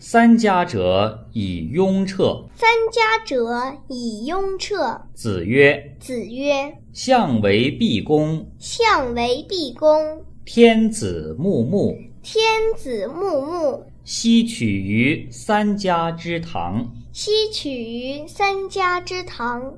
三家者以雍彻。三家者以雍彻。子曰子曰：“相为毕公，：“相为毕公，天子穆穆，天子穆穆，悉取于三家之堂。”悉取于三家之堂。”